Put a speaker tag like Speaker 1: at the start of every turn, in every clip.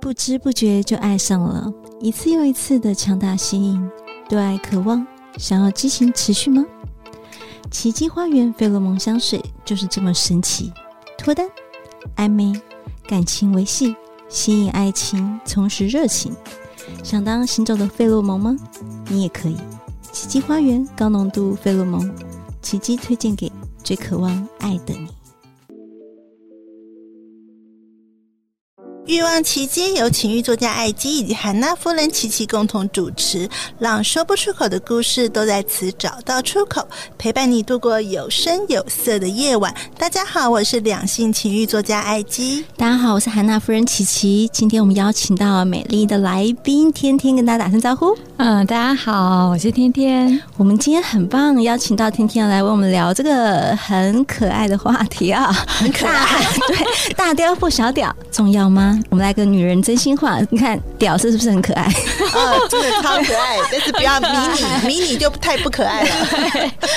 Speaker 1: 不知不觉就爱上了，一次又一次的强大吸引，对爱渴望，想要激情持续吗？奇迹花园费洛蒙香水就是这么神奇，脱单、暧昧、感情维系、吸引爱情，重拾热情。想当行走的费洛蒙吗？你也可以。奇迹花园高浓度费洛蒙，奇迹推荐给最渴望爱的你。
Speaker 2: 《欲望奇迹》由情欲作家艾姬以及韩娜夫人琪琪共同主持，让说不出口的故事都在此找到出口，陪伴你度过有声有色的夜晚。大家好，我是两性情欲作家艾姬。
Speaker 1: 大家好，我是韩娜夫人琪琪。今天我们邀请到美丽的来宾天天，跟大家打声招呼。
Speaker 3: 嗯，大家好，我是天天。
Speaker 1: 我们今天很棒，邀请到天天来为我们聊这个很可爱的话题啊，很可爱。 对，大雕或小屌重要吗？我们来个女人真心话，你看屌丝是不是很可爱？
Speaker 2: 啊，这个超可爱，但是不要迷 你，迷你就太不可爱了。
Speaker 3: 嗯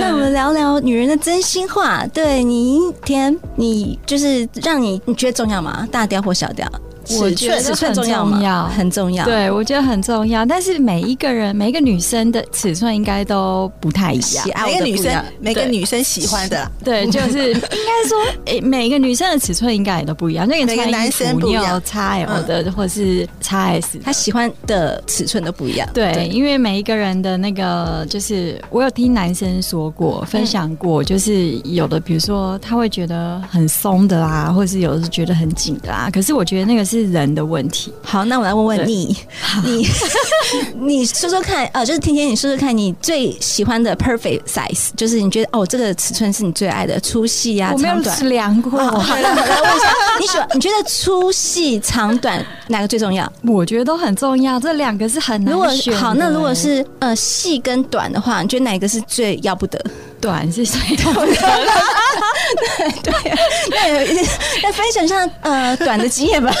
Speaker 1: 那我们聊聊女人的真心话。对你天，你就是让你你觉得重要吗？大雕或小雕？
Speaker 3: 我
Speaker 1: 尺寸
Speaker 3: 觉得
Speaker 1: 尺寸
Speaker 3: 很
Speaker 1: 重要
Speaker 3: 重要
Speaker 1: 吗？很重要。
Speaker 3: 对，我觉得很重要，但是每一个人、每一个女生的尺寸应该都不太一样
Speaker 1: 喜。啊爱我
Speaker 2: 每
Speaker 1: 的不
Speaker 2: 个女
Speaker 1: 一样
Speaker 2: 生，每个
Speaker 3: 对
Speaker 2: 女生喜欢的啦，
Speaker 3: 对， 就是应该说，诶，每个女生的尺寸应该也都不一样。那个
Speaker 2: 每个
Speaker 3: 穿
Speaker 2: 男
Speaker 3: 衣
Speaker 2: 生
Speaker 3: 服，
Speaker 2: 不一
Speaker 3: 你有
Speaker 2: 样嗯
Speaker 3: XL 的，或是 XS 的
Speaker 1: 她喜欢的尺寸都不一样。
Speaker 3: 对，因为每一个人的那个，就是我有听男生说过、分享过，就是有的，比如说他会觉得很松的啦，或是有的是觉得很紧的啦。可是我觉得那个是人的问题。
Speaker 1: 好，那我来问问
Speaker 3: 对
Speaker 1: 你，你你说说看，呃，就是天天，你说说看你最喜欢的 perfect size，就是你觉得哦，这个尺寸是你最爱的粗细啊，
Speaker 3: 我没有
Speaker 1: 长短。
Speaker 3: 量过，
Speaker 1: 哦好了好了，问一下，你喜欢你觉得粗细长短哪个最重要？
Speaker 3: 我觉得都很重要，这两个是很
Speaker 1: 如果
Speaker 3: 难选的。
Speaker 1: 好，那如果是呃细跟短的话，你觉得哪一个是最要不得？
Speaker 3: 短 是最痛的，
Speaker 1: 那那分享一下呃短的经验吧。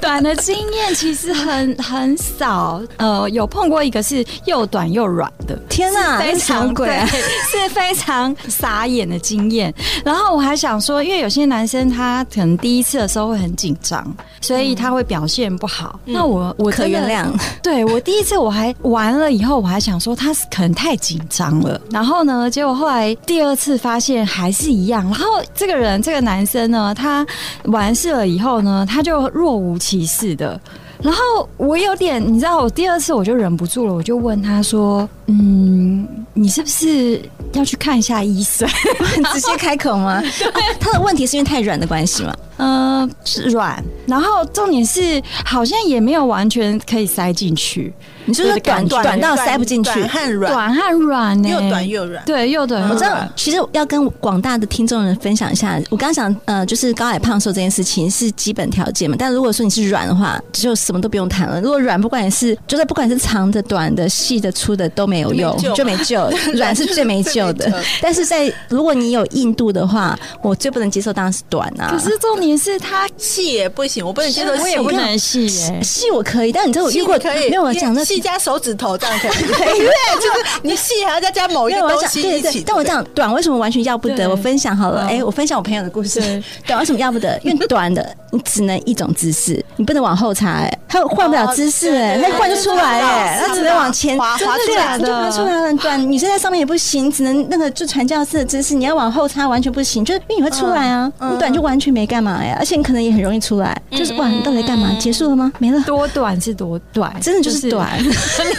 Speaker 3: 短的经验其实很很少。呃，有碰过一个是又短又软的，
Speaker 1: 天哪，
Speaker 3: 非
Speaker 1: 那是什么
Speaker 3: 常
Speaker 1: 鬼啊？
Speaker 3: 对 是非常傻眼的经验。然后我还想说，因为有些男生他可能第一次的时候会很紧张，所以他会表现不好。那我我
Speaker 1: 嗯可
Speaker 3: 真的
Speaker 1: 原谅。
Speaker 3: 对我第一次我还完了以后，我还想说他是可能太紧张了。然后呢，结果后来第二次发现还是一样。然后这个人这个男生呢，他完事了以后呢，他就若无其事的。然后我有点，你知道，我第二次我就忍不住了，我就问他说：“嗯，你是不是要去看一下医生？”
Speaker 1: 直接开口吗？哦他的问题是因为太软的关系吗？
Speaker 3: 嗯，是软，然后重点是好像也没有完全可以塞进去，
Speaker 1: 你是不是短
Speaker 2: 短
Speaker 1: 短到塞不进去？啊
Speaker 2: 短和软，
Speaker 3: 短和软
Speaker 1: 哎
Speaker 3: 呢、
Speaker 2: 又短又软。
Speaker 3: 对，又短又
Speaker 1: 我知道
Speaker 3: 软，
Speaker 1: 其实要跟广大的听众人分享一下，我刚想，呃，就是高矮胖瘦这件事情是基本条件嘛。但如果说你是软的话，就什么都不用谈了。如果软，不管你是就是不管是长的、短的、细的、粗的都没有用，就
Speaker 2: 就
Speaker 1: 没 救。软是最没救
Speaker 2: 最
Speaker 1: 的
Speaker 2: 没救。
Speaker 1: 但是在如果你有硬度的话，我最不能接受当然是短啊。
Speaker 3: 可是重点是它
Speaker 2: 细也不行，我不能接受
Speaker 3: 我
Speaker 2: 细
Speaker 3: 也，不能细耶、
Speaker 1: 细我可以，但你知道我
Speaker 2: 细
Speaker 1: 遇过
Speaker 2: 可以，
Speaker 1: 没有我讲的
Speaker 2: 细加手指头这 样可以， 对，就是你细还要再加某一
Speaker 1: 没有
Speaker 2: 个
Speaker 1: 我要
Speaker 2: 东
Speaker 1: 讲
Speaker 2: 西
Speaker 1: 对
Speaker 2: 哦一
Speaker 1: 对
Speaker 2: 起嗯
Speaker 1: 对，。但我讲短为什么完全要不得？
Speaker 3: 对
Speaker 1: 我分享好了，
Speaker 3: 好
Speaker 1: 哎、我分享我朋友的故事
Speaker 3: 对。
Speaker 1: 短为什么要不得？因为短的你只能一种姿势，你不能往后插、哎，还有换不了姿势、哎、
Speaker 2: 哦对对
Speaker 1: 那换就出来、哎，
Speaker 2: 对对对
Speaker 1: 那只能往前，
Speaker 2: 滑
Speaker 1: 真
Speaker 2: 滑出
Speaker 1: 对
Speaker 2: 来
Speaker 1: 你就
Speaker 3: 的
Speaker 1: 滑出来了。短女生在上面也不行，只能那个就传教士的姿势，你要往后插完全不行，就是因为你会出来啊，
Speaker 2: 嗯
Speaker 1: 你短就完全没干嘛呀、而且你可能也很容易出来，就是哇，你到底干
Speaker 2: 嗯
Speaker 1: 嘛？结束了吗？没了。
Speaker 3: 多短是多短，
Speaker 1: 真的就是 短，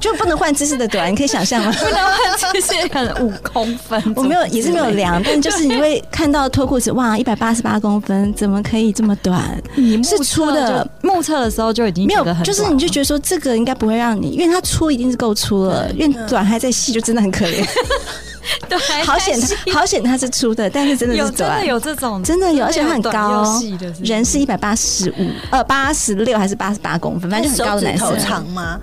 Speaker 1: 就不能换姿势的短，你可以想象吗？
Speaker 3: 不能换，就是可能五公分。
Speaker 1: 我没有，也是没有量，但就是你会看到脱裤子，哇，一百八十八公分，怎么可以这么短？
Speaker 3: 你目
Speaker 1: 是粗
Speaker 3: 测
Speaker 1: 的
Speaker 3: 就，目测的时候就已经
Speaker 1: 没
Speaker 3: 觉
Speaker 1: 有
Speaker 3: 得，很
Speaker 1: 就是
Speaker 3: 短
Speaker 1: 你就觉得说 这个应该不会让你，因为它粗一定是够粗了，因为短还在细就真的很可怜。
Speaker 3: 对，
Speaker 1: 好险
Speaker 3: 太细
Speaker 1: 他，好险他是粗的，但是真的
Speaker 3: 有
Speaker 1: 是走
Speaker 3: 真的
Speaker 1: 啊，
Speaker 3: 有这种，
Speaker 1: 真的有，而且他很
Speaker 3: 短又
Speaker 1: 高哦，
Speaker 3: 细的是不
Speaker 1: 人是一百八十五，呃，八十六还是八十八公分，反正就很高的男
Speaker 2: 手指头
Speaker 1: 生，
Speaker 2: 长吗？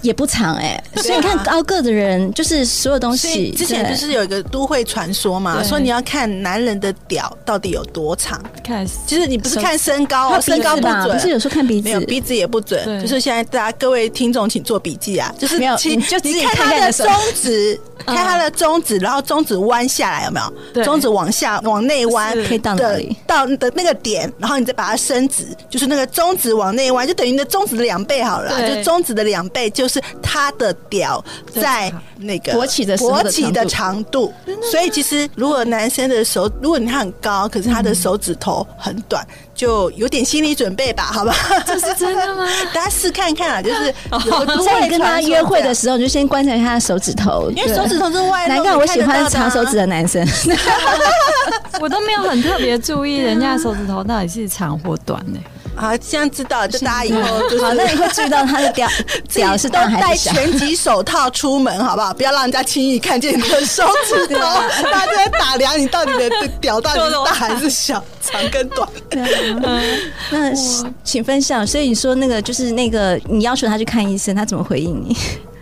Speaker 1: 也不长哎、所以
Speaker 2: 对啊
Speaker 1: 你看高个的人，就是所有东
Speaker 2: 所
Speaker 1: 西
Speaker 2: 以，之前
Speaker 1: 对
Speaker 2: 不是有一个都会传说嘛，
Speaker 3: 对
Speaker 2: 说你要看男人的屌到底有多长，
Speaker 3: 看
Speaker 2: 就是你不是看身高
Speaker 1: 看
Speaker 2: 哦，
Speaker 1: 鼻子
Speaker 2: 身高不
Speaker 1: 吧不是
Speaker 2: 准。
Speaker 1: 有时候看鼻子
Speaker 2: 没有鼻子也不准，
Speaker 3: 对
Speaker 2: 就是现在大家各位听众请做笔记啊，就是
Speaker 1: 没有
Speaker 2: 请
Speaker 1: 你就自己
Speaker 2: 你看
Speaker 1: 看
Speaker 2: 他
Speaker 1: 看你
Speaker 2: 的
Speaker 1: 的手
Speaker 2: 中指，
Speaker 3: 嗯
Speaker 2: 看他的中指，然后中指弯下来有没有？
Speaker 3: 对
Speaker 2: 中指往下往内弯
Speaker 3: 是
Speaker 1: 可以到哪
Speaker 2: 的
Speaker 1: 里？
Speaker 2: 到的那个点，然后你再把它伸直，就是那个中指往内弯，就等于你的中指的两倍好了啊，
Speaker 3: 对
Speaker 2: 就中指的两倍就是他的屌
Speaker 3: 对
Speaker 2: 在那个
Speaker 1: 勃起的时候
Speaker 2: 勃
Speaker 1: 的
Speaker 2: 起
Speaker 1: 长
Speaker 2: 的
Speaker 1: 度
Speaker 2: 长度。所以其实如果男生的手，如果你他很高，可是他的手指头很短，就有点心理准备吧，好吧？
Speaker 3: 这是真的吗？
Speaker 2: 大家试看看啊，就是有 都
Speaker 1: 在
Speaker 2: 会
Speaker 1: 哦你跟他
Speaker 2: 传说
Speaker 1: 约会
Speaker 2: 这
Speaker 1: 的
Speaker 2: 样
Speaker 1: 时候，你就先观察一下他的手指头，
Speaker 2: 因为手指头是外
Speaker 1: 对。
Speaker 2: 露
Speaker 1: 难
Speaker 2: 你
Speaker 1: 怪我
Speaker 2: 看
Speaker 1: 喜
Speaker 2: 得到
Speaker 1: 欢
Speaker 2: 的
Speaker 1: 长手
Speaker 2: 啊
Speaker 1: 指的男 生，
Speaker 3: 我都没有很特别注
Speaker 1: 啊
Speaker 3: 意人家手指头到底是长或短呢、
Speaker 2: 啊，这样知道，就大家以后就是
Speaker 1: 好，那你会注意到他的 屌屌是
Speaker 2: 都
Speaker 1: 大还
Speaker 2: 戴
Speaker 1: 是小？
Speaker 2: 拳击手套出门，好不好？不要让人家轻易看见你的手指 头，
Speaker 1: 啊
Speaker 2: 大家都在打量你到底的的屌到底是大还 是小，
Speaker 1: 啊
Speaker 2: 长跟短。
Speaker 1: 那请分享。所以你说那个就是那个你要求他去看医生，他怎么回应 你？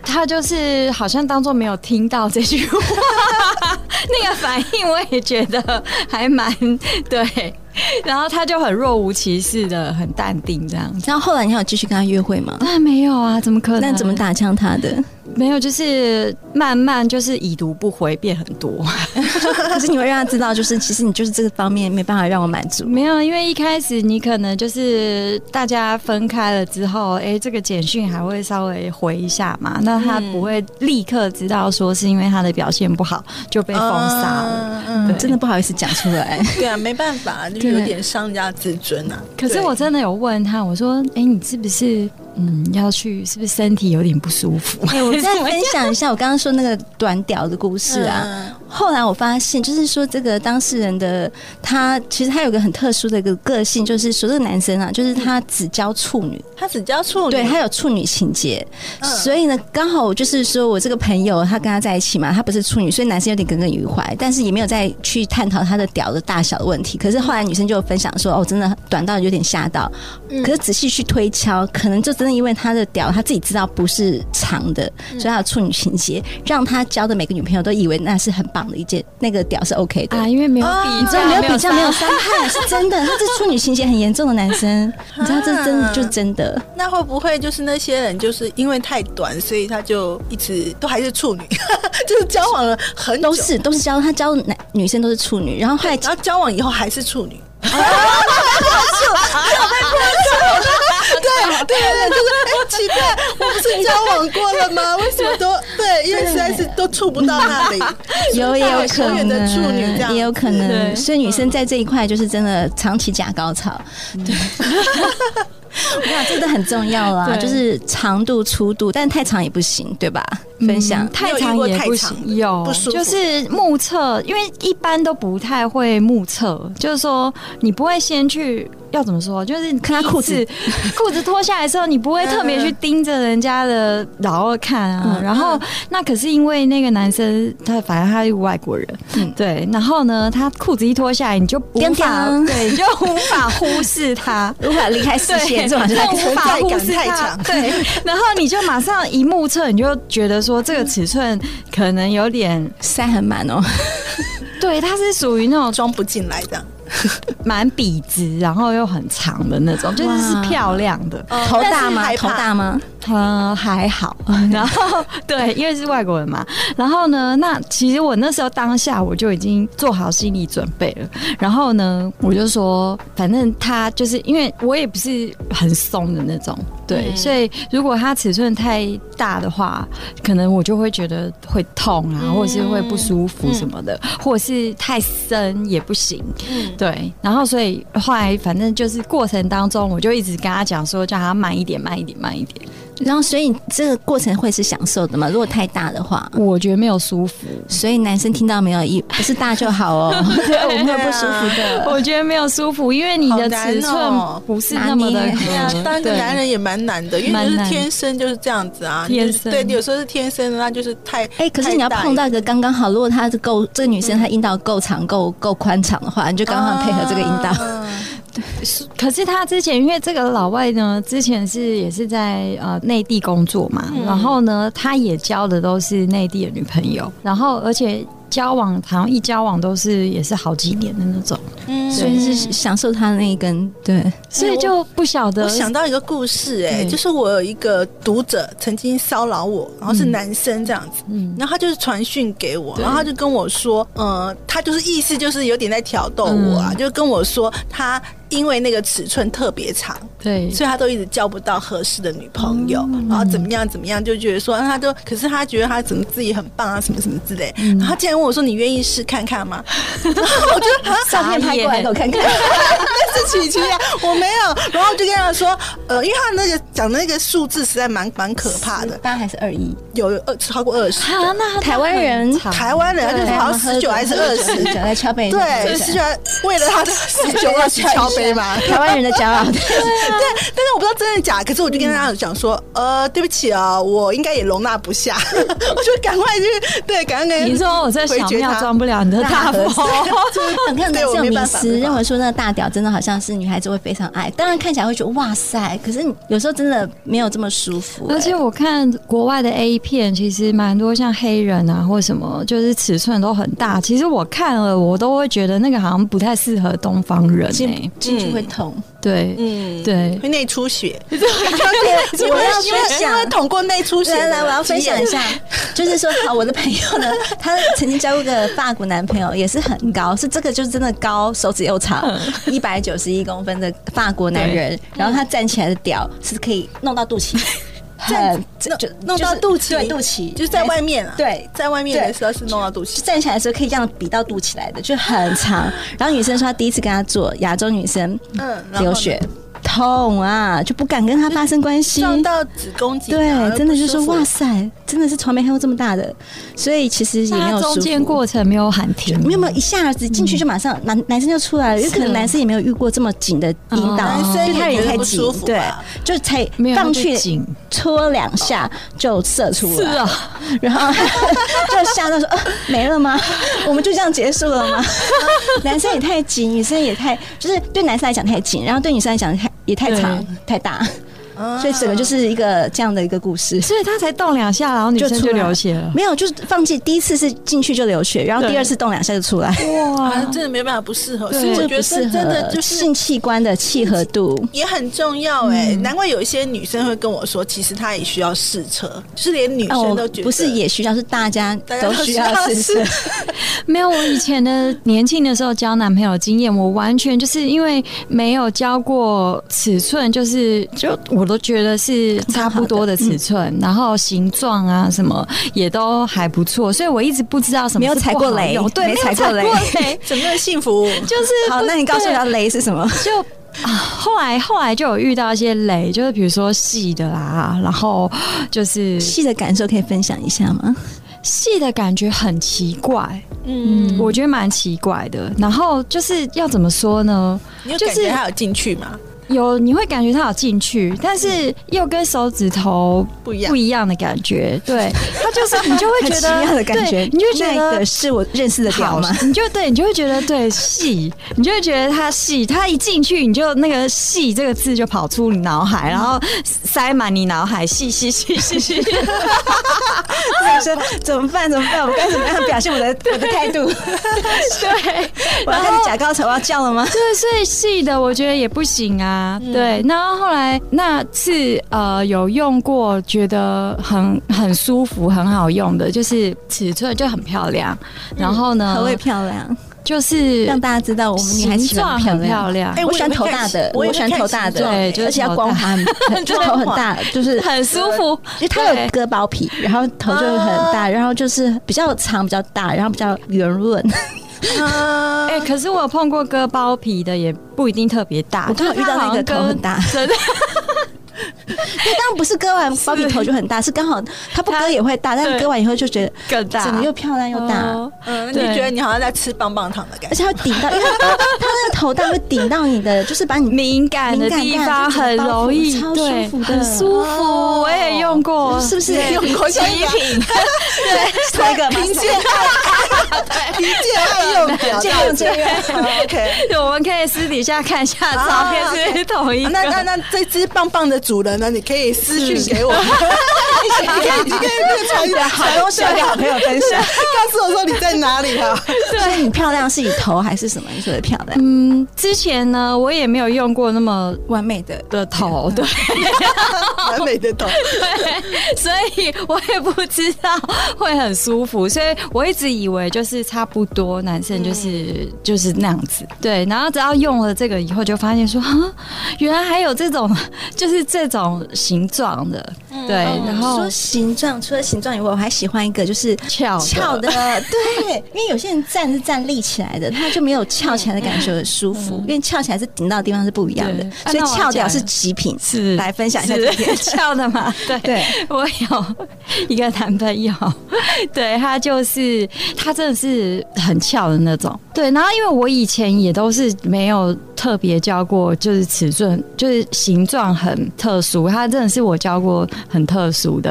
Speaker 3: 他就是好像当做没有听到这句话，那个反应我也觉得还蛮对。然后他就很若无其事的，很淡定这样子。
Speaker 1: 然后后来你还有继续跟他约会吗？
Speaker 3: 那没有啊，怎么可能？
Speaker 1: 那你怎么？打枪他 的？
Speaker 3: 没有，就是慢慢就是已读不回变很多。
Speaker 1: 可是你会让他知道，就是其实你就是这个方面没办法让我满足。
Speaker 3: 没有，因为一开始你可能就是大家分开了之后，哎、这个简讯还会稍微回一下嘛，那他不会立刻知道说是因为他的表现不好就被封杀了。
Speaker 2: 嗯，
Speaker 3: 对
Speaker 1: 真的不好意思讲出 来。
Speaker 2: 对啊，没办法，就有点伤人家自尊啊。
Speaker 3: 可是我
Speaker 2: 对
Speaker 3: 真的有问他，我说：“哎、你是不是嗯要去？是不是身体有点不舒服？”
Speaker 1: 哎、我再分享一下我刚刚说那个短屌的故事啊。
Speaker 2: 嗯
Speaker 1: 后来我发现，就是说这个当事人的他，其实他有个很特殊的一个个性，就是说这个男生啊，就是他只交处女，
Speaker 2: 他只教处女，
Speaker 1: 对他有处女情节，
Speaker 2: 嗯
Speaker 1: 所以呢，刚好我就是说我这个朋友他跟他在一起嘛，他不是处女，所以男生有点耿耿于怀，但是也没有再去探讨他的屌的大小的问题。可是后来女生就有分享说，哦，真的短到有点吓到，
Speaker 2: 嗯
Speaker 1: 可是仔细去推敲，可能就真的因为他的屌他自己知道不是长的，
Speaker 2: 嗯
Speaker 1: 所以他有处女情节，让他交的每个女朋友都以为那是很棒的一件，那个屌是 OK 的。
Speaker 3: 啊， 因为没有
Speaker 1: 你
Speaker 3: 比
Speaker 1: 知道
Speaker 3: 较，
Speaker 1: 没有比较，啊没有
Speaker 3: 伤
Speaker 1: 伤害，是真的。他是处女情节很严重的男生，你知道这是真的，就是真的。
Speaker 2: 那会不会就是那些人就是因为太短，所以他就一直都还是处女，就是交往了很久，
Speaker 1: 都是都是交他交男女生都是处女，然后后来
Speaker 2: 然后交往以后还是处女。对对对，就是哎，奇怪，我不是交往过了吗？为什么都对？因为实在是都触不到那里，
Speaker 1: 有也有可
Speaker 2: 永远的处女这样
Speaker 1: 能，
Speaker 2: 子
Speaker 1: 也有可
Speaker 3: 对
Speaker 1: 能，所以女生在这一块就是真的长期假高潮， 对。没有，这个很重要啦，
Speaker 3: 对
Speaker 1: 就是长度、粗度，但太长也不行，对吧？分享
Speaker 3: 嗯太
Speaker 2: 你
Speaker 3: 长
Speaker 2: 有遇过
Speaker 3: 也
Speaker 2: 太
Speaker 3: 不
Speaker 2: 长的
Speaker 3: 行，有
Speaker 2: 不舒服
Speaker 3: 就是目测，因为一般都不太会目测，就是说你不会先去要怎么说，就是你
Speaker 1: 看他裤子
Speaker 3: 第一次 裤子脱下来之后，你不会特别去盯着人家的老二看啊。
Speaker 1: 嗯
Speaker 3: 然后那可是因为那个男生他反正他是外国人，
Speaker 1: 嗯
Speaker 3: 对，然后呢他裤子一脱下来，你就无
Speaker 1: 叮
Speaker 3: 法
Speaker 1: 叮
Speaker 3: 对，你就无法忽视他。
Speaker 1: 无法离开视线，这种就
Speaker 3: 对
Speaker 1: 是
Speaker 2: 存
Speaker 3: 无法
Speaker 2: 在
Speaker 3: 忽
Speaker 2: 感
Speaker 3: 视
Speaker 2: 太
Speaker 3: 它
Speaker 2: 强
Speaker 3: 对，然后你就马上一目测，你就觉得说这个尺寸可能有点，
Speaker 1: 塞很满哦。
Speaker 3: 对，它是属于那种
Speaker 2: 装不进来这样。
Speaker 3: 蛮笔直，然后又很长的那种，就是是
Speaker 1: 哇
Speaker 3: 漂亮的，
Speaker 1: 头大
Speaker 2: 但是
Speaker 1: 吗？
Speaker 2: 害
Speaker 1: 头
Speaker 2: 怕
Speaker 1: 大吗？
Speaker 3: 嗯，还 好。然后对，因为是外国人嘛，然后呢，那其实我那时候当下我就已经做好心理准备了。然后呢，我就说，反正他就是因为我也不是很松的那种，对，
Speaker 2: 嗯
Speaker 3: 所以如果他尺寸太大的话，可能我就会觉得会痛啊，
Speaker 2: 嗯
Speaker 3: 或者是会不舒服什么的，或者是太深也不行。
Speaker 2: 嗯，
Speaker 3: 对，然后所以后来反正就是过程当中，我就一直跟他讲说，叫他慢一点，慢一点，慢一点。
Speaker 1: 然后所以这个过程会是享受的嘛？如果太大的话，
Speaker 3: 我觉得没有舒服，
Speaker 1: 所以男生听到没有？一不是大就好哦， 对，我们会
Speaker 2: 啊
Speaker 1: 不舒服的。
Speaker 3: 我觉得没有舒服，因为你的尺
Speaker 2: 好难哦
Speaker 3: 寸不是那么的
Speaker 1: 拿捏
Speaker 2: 对啊，当个
Speaker 3: 对
Speaker 2: 男人也蛮难的，因为就
Speaker 3: 蛮
Speaker 2: 是
Speaker 3: 难
Speaker 2: 天生就是这样子啊。
Speaker 3: 天生
Speaker 2: 对，有时候是天生的，那就是太
Speaker 1: 哎、可是你要碰到一个刚刚好，如果她是够这个女生她阴道够长、够够宽敞的话，你就刚好配合这个阴道。
Speaker 2: 啊
Speaker 3: 可是他之前，因为这个老外呢，之前是也是在呃内地工作嘛，然后呢，他也交的都是内地的女朋友，然后而且交往好像一交往都是也是好几年的那种，
Speaker 2: 嗯
Speaker 1: 所以是享受她的那一根，对，
Speaker 3: 所以就不晓得
Speaker 2: 我想到一个故事、哎，
Speaker 1: 嗯
Speaker 3: 对
Speaker 2: 就是我有一个读者曾经骚扰我，然
Speaker 1: 嗯
Speaker 2: 后是男生这样子，
Speaker 3: 嗯
Speaker 2: 然后他就是传讯给我，
Speaker 3: 对
Speaker 2: 然后他就跟我说，呃，他就是意思就是有点在挑逗我啊，
Speaker 3: 嗯
Speaker 2: 就跟我说他因为那个尺寸特别长，
Speaker 3: 对，
Speaker 2: 所以他都一直交不到合适的女朋友，然后怎么样怎么样，就觉得说啊他都，可是他觉得他怎么自己很棒啊，什么什么之类。然后他竟然问我说：“你愿意试看看吗？” 然后我就啊，
Speaker 1: 照片拍过来给我看看。
Speaker 2: 但是琪琪啊，我没有。然后我就跟他说，呃，因为他那个讲的那个数字实在蛮蛮可怕的，
Speaker 1: 八还是二一？
Speaker 2: 有二超过二十。
Speaker 3: 啊，那
Speaker 1: 台湾人
Speaker 3: 那很长
Speaker 2: 台湾人他就是好像十九还是二
Speaker 1: 十
Speaker 2: 十，
Speaker 1: 九，在敲背。
Speaker 2: 对，十九为了他的十九二十敲杯嘛。
Speaker 1: 台湾人的骄 傲。
Speaker 2: 对，但是我不知道真的假，可是我就跟他讲说，呃，对不起啊，我应该也容纳不下， 我就赶快去，对，赶快跟
Speaker 3: 你说我这小
Speaker 2: 回绝
Speaker 3: 庙
Speaker 2: 他
Speaker 3: 装不了你的大佛，
Speaker 1: 很多男
Speaker 2: 对我
Speaker 1: 生有
Speaker 2: 没
Speaker 1: 迷
Speaker 2: 办法没
Speaker 1: 失，
Speaker 2: 办法
Speaker 1: 认为说那个大屌真的好像是女孩子会非常爱，当然看起来会觉得哇塞，可是你有时候真的没有这么舒服、
Speaker 3: 而且
Speaker 1: 哎
Speaker 3: 我看国外的 A 片，其实蛮多像黑人啊或什么，就是尺寸都很大。其实我看了，我都会觉得那个好像不太适合东方人哎、
Speaker 1: 进进去会痛。
Speaker 3: 对，
Speaker 2: 嗯，
Speaker 3: 对。
Speaker 2: 会内出血， 因为
Speaker 1: 我要
Speaker 2: 因为
Speaker 1: 分享
Speaker 2: 因为捅过内出血，
Speaker 1: 来来，我要分享一。下， 就是说，好，我的朋友 呢，她曾经交过个法国男朋友，也是很高，是这个就是真的高，手指又长，
Speaker 2: 嗯
Speaker 1: 一百九十一公分的法国男人，然后他站起来的屌是可以弄到肚 脐，很
Speaker 2: 弄
Speaker 1: 就
Speaker 2: 弄到
Speaker 1: 就是
Speaker 2: 肚脐
Speaker 1: 对肚脐
Speaker 2: 就是在外面啊，
Speaker 1: 对
Speaker 2: 在外面的
Speaker 1: 对
Speaker 2: 时候是弄到肚脐
Speaker 1: 就，站起来的时候可以这样比到肚脐来的，就很长。然后女生说她第一次跟他做，亚洲女生
Speaker 2: 嗯，然后呢
Speaker 1: 流血，痛啊，就不敢跟他发生关系。
Speaker 2: 撞到子宫颈啊，
Speaker 1: 对，真的就是
Speaker 2: 不舒服
Speaker 1: 哇塞，真的是从来没看过这么大的，所以其实也没有
Speaker 3: 它
Speaker 1: 舒
Speaker 3: 中间
Speaker 1: 服。
Speaker 3: 过程没有喊停，
Speaker 1: 没有没有，一下子进
Speaker 2: 嗯
Speaker 1: 去就马上男男生就出来了，有可能男生也没有遇过这么紧的阴道，
Speaker 2: 哦男生
Speaker 1: 就他
Speaker 2: 也
Speaker 1: 也
Speaker 2: 觉得
Speaker 1: 太
Speaker 2: 不
Speaker 1: 紧
Speaker 2: 舒服，
Speaker 1: 对
Speaker 2: 吧，
Speaker 1: 就才
Speaker 3: 没有
Speaker 1: 放
Speaker 3: 那就
Speaker 1: 去
Speaker 3: 紧，
Speaker 1: 戳两下就射出
Speaker 3: 是
Speaker 1: 来，
Speaker 3: 啊，
Speaker 1: 然 后就吓到说、呃、没了吗？ 我们就这样结束了吗？ 男生也太紧，女生也太，就是对男生来讲太紧，然后对女生来讲太也太长太大，
Speaker 2: 啊
Speaker 1: 所以整个就是一个这样的一个故事。
Speaker 3: 所以他才动两下，然后女生
Speaker 1: 出
Speaker 3: 就
Speaker 1: 来
Speaker 3: 流血了。
Speaker 1: 没有，就是放弃第一次是进去就流血，然后
Speaker 3: 对
Speaker 1: 第二次动两下就出来，
Speaker 3: 哇
Speaker 2: 啊，真的没办法，不适合。
Speaker 3: 对
Speaker 2: 所以我
Speaker 1: 这不
Speaker 2: 觉得这
Speaker 1: 适合
Speaker 2: 真的就是
Speaker 1: 性器官的契合度。
Speaker 2: 也很重要哎、
Speaker 1: 嗯
Speaker 2: 难怪有一些女生会跟我说，其实她也需要试车，就是连女生都觉得、
Speaker 1: 哦不是也需要，是大家
Speaker 2: 大家
Speaker 1: 都需要
Speaker 2: 试
Speaker 1: 是不是？
Speaker 3: 没有，我以前的年轻的时候交男朋友的经验，我完全就是因为没有交过尺寸，就是就我都觉得是差不多的尺寸，然后形状啊什么也都还不错，所以我一直不知道什么
Speaker 1: 没有
Speaker 3: 是
Speaker 1: 踩
Speaker 3: 不
Speaker 1: 过
Speaker 3: 好
Speaker 1: 雷
Speaker 3: 用对，
Speaker 1: 没
Speaker 3: 有
Speaker 1: 踩过雷
Speaker 3: 雷
Speaker 2: 整个 幸福。
Speaker 3: 就是
Speaker 1: 好，那你告诉我要雷是什么？
Speaker 3: 就啊，后来后来就有遇到一些雷，就是比如说细的啦，然后就是
Speaker 1: 细的感受可以分享一下吗？
Speaker 3: 细的感觉很奇怪，
Speaker 2: 嗯，
Speaker 3: 我觉得蛮奇怪的。然后就是要怎么说呢？
Speaker 2: 你有
Speaker 3: 就
Speaker 2: 感
Speaker 3: 是
Speaker 2: 觉她有进去吗？
Speaker 3: 有你会感觉它有进去，但是又跟手指头
Speaker 2: 不一样
Speaker 3: 不。一样的感觉，对，它就是你就会
Speaker 1: 很
Speaker 3: 觉
Speaker 1: 奇
Speaker 3: 得
Speaker 1: 妙的感觉
Speaker 3: 对，你就会觉
Speaker 1: 那
Speaker 3: 得
Speaker 1: 个是我认识的屌
Speaker 3: 好
Speaker 1: 吗？，
Speaker 3: 你就对，你就会觉得对细，你就会觉得它细，它一进去你就那个细这个字就跑出你脑海，然后塞满你脑海，细细细细细，
Speaker 1: 男生怎么办？怎么办？我该怎么样表现我的我的态度？
Speaker 3: 对，
Speaker 1: 我要开始假高潮，我要叫了吗？
Speaker 3: 对，所以细的我觉得也不行啊。对，然后后来那次呃有用过，觉得很很舒服，很好用的，就是尺寸就很漂亮。然后呢，
Speaker 1: 何谓漂亮？
Speaker 3: 就是
Speaker 1: 让大家知道我们女孩子喜欢漂
Speaker 3: 呃形状很漂
Speaker 1: 亮。
Speaker 3: 亮
Speaker 2: 哎，
Speaker 1: 我喜欢头大的，
Speaker 2: 我也
Speaker 1: 我
Speaker 2: 会
Speaker 1: 喜欢头大的，
Speaker 2: 看形状
Speaker 3: 对就是
Speaker 1: 而且要
Speaker 3: 头
Speaker 1: 光
Speaker 3: 大
Speaker 1: 滑， 很
Speaker 2: 真
Speaker 1: 头
Speaker 2: 的
Speaker 1: 很大，就是
Speaker 3: 很舒服，
Speaker 1: 因为它有
Speaker 3: 对
Speaker 1: 割包皮，然后头就很大，然后就是比较长、比较大，然后比较圆润。 哎
Speaker 2: 啊
Speaker 3: 哎、可是我有碰过割包皮的，也不一定特别大。
Speaker 1: 我刚好遇到那个头很大，
Speaker 3: 真的，
Speaker 1: 当然不是割完包皮头就很大，是刚好它不割也会大，但是
Speaker 3: 对
Speaker 1: 割完以后就觉得
Speaker 3: 更大，
Speaker 1: 整个又漂亮又大，
Speaker 3: 哦
Speaker 2: 嗯，你
Speaker 3: 对
Speaker 2: 觉得你好像在吃棒棒糖的感
Speaker 1: 而
Speaker 2: 觉。
Speaker 1: 且它会顶到，因为它它那个头大会顶到你的，就是把你
Speaker 3: 敏感的地方很容易，
Speaker 1: 敏感带
Speaker 3: 对
Speaker 1: 就，是
Speaker 3: 很舒
Speaker 2: 哦
Speaker 3: 服。我也用过，
Speaker 1: 是不是
Speaker 3: 对
Speaker 1: 用
Speaker 2: 过
Speaker 3: 极品，
Speaker 1: 抽一个嘛，
Speaker 2: 凭借爱，凭 借爱用表
Speaker 1: 借用借用
Speaker 2: 好 OK。
Speaker 3: 我们可以私底下看一下照片，
Speaker 2: 哦
Speaker 3: 是不是同一个。
Speaker 2: 那那那这只棒棒的主人呢？你可以私讯给我们， 你可以你可以那个传
Speaker 1: 好东西要跟好朋友分享。
Speaker 2: 告诉我说你在哪里啊？
Speaker 1: 所以你漂亮是以头还是什么？你说的漂亮？
Speaker 3: 嗯，之前呢，我也没有用过那么
Speaker 1: 完美的
Speaker 3: 的头，对，
Speaker 2: 完美的头，
Speaker 3: 所以我也不知道会很舒服，所以我一直以为就是差不多，男生就是、就是那样子，对。然后只要用了这个以后，就发现说，啊，原来还有这种，就是这种形状的，对。然后
Speaker 1: 哦说形状，除了形状以外，我还喜欢一个就是
Speaker 3: 翘的
Speaker 1: 翘的， 对，因为有些人站是站立起来的，他就没有翘起来的感觉很舒服，因为翘起来是顶到的地方是不一样的
Speaker 3: 嗯对，
Speaker 1: 所以
Speaker 3: 啊那我
Speaker 1: 翘掉
Speaker 3: 讲
Speaker 1: 是极品。
Speaker 3: 是
Speaker 1: 来分享一下这
Speaker 3: 是
Speaker 1: 个
Speaker 3: 翘的嘛？对，
Speaker 1: 对
Speaker 3: 我有一个男朋友， 对他就是他真的是很翘的那种。对，然后因为我以前也都是没有特别教过，就是尺寸，就是形状很特殊。他真的是我教过很特殊的。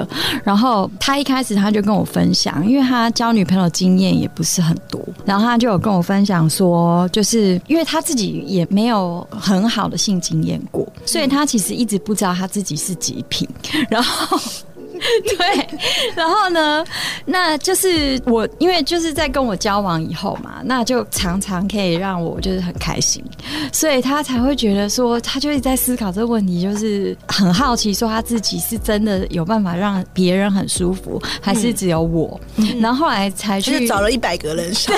Speaker 3: 然后他一开始他就跟我分享，因为他交女朋友经验也不是很多，然后他就有跟我分享说，就是因为他自己也没有很好的性经验过，所以他其实一直不知道他自己是极品，然后。对，然后呢，那就是我，因为就是在跟我交往以后嘛，那就常常可以让我就是很开心，所以他才会觉得说，他就一直在思考这个问题，就是很好奇，说他自己是真的有办法让别人很舒服，还是只有我？然后后来才
Speaker 2: 嗯就
Speaker 3: 去
Speaker 2: 是找了一百个人上，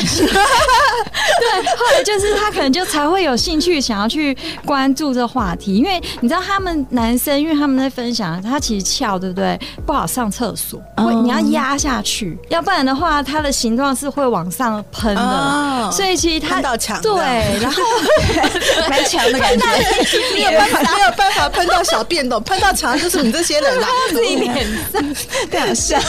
Speaker 3: 后来就是他可能就才会有兴趣想要去关注这话题，因为你知道他们男生，因为他们在分享，他其实翘，对不对？不好上厕所，
Speaker 2: 哦
Speaker 3: 会
Speaker 1: 嗯
Speaker 3: 你要压下去，要不然的话，它的形状是会往上喷
Speaker 2: 哦
Speaker 3: 的，所以其实它
Speaker 2: 喷到墙的
Speaker 3: 对，然后
Speaker 1: 蛮强的感觉，
Speaker 2: 没有办法，没有办法喷到小便斗，喷到墙就是你这些人啦。
Speaker 3: 一脸
Speaker 1: 对，啊好像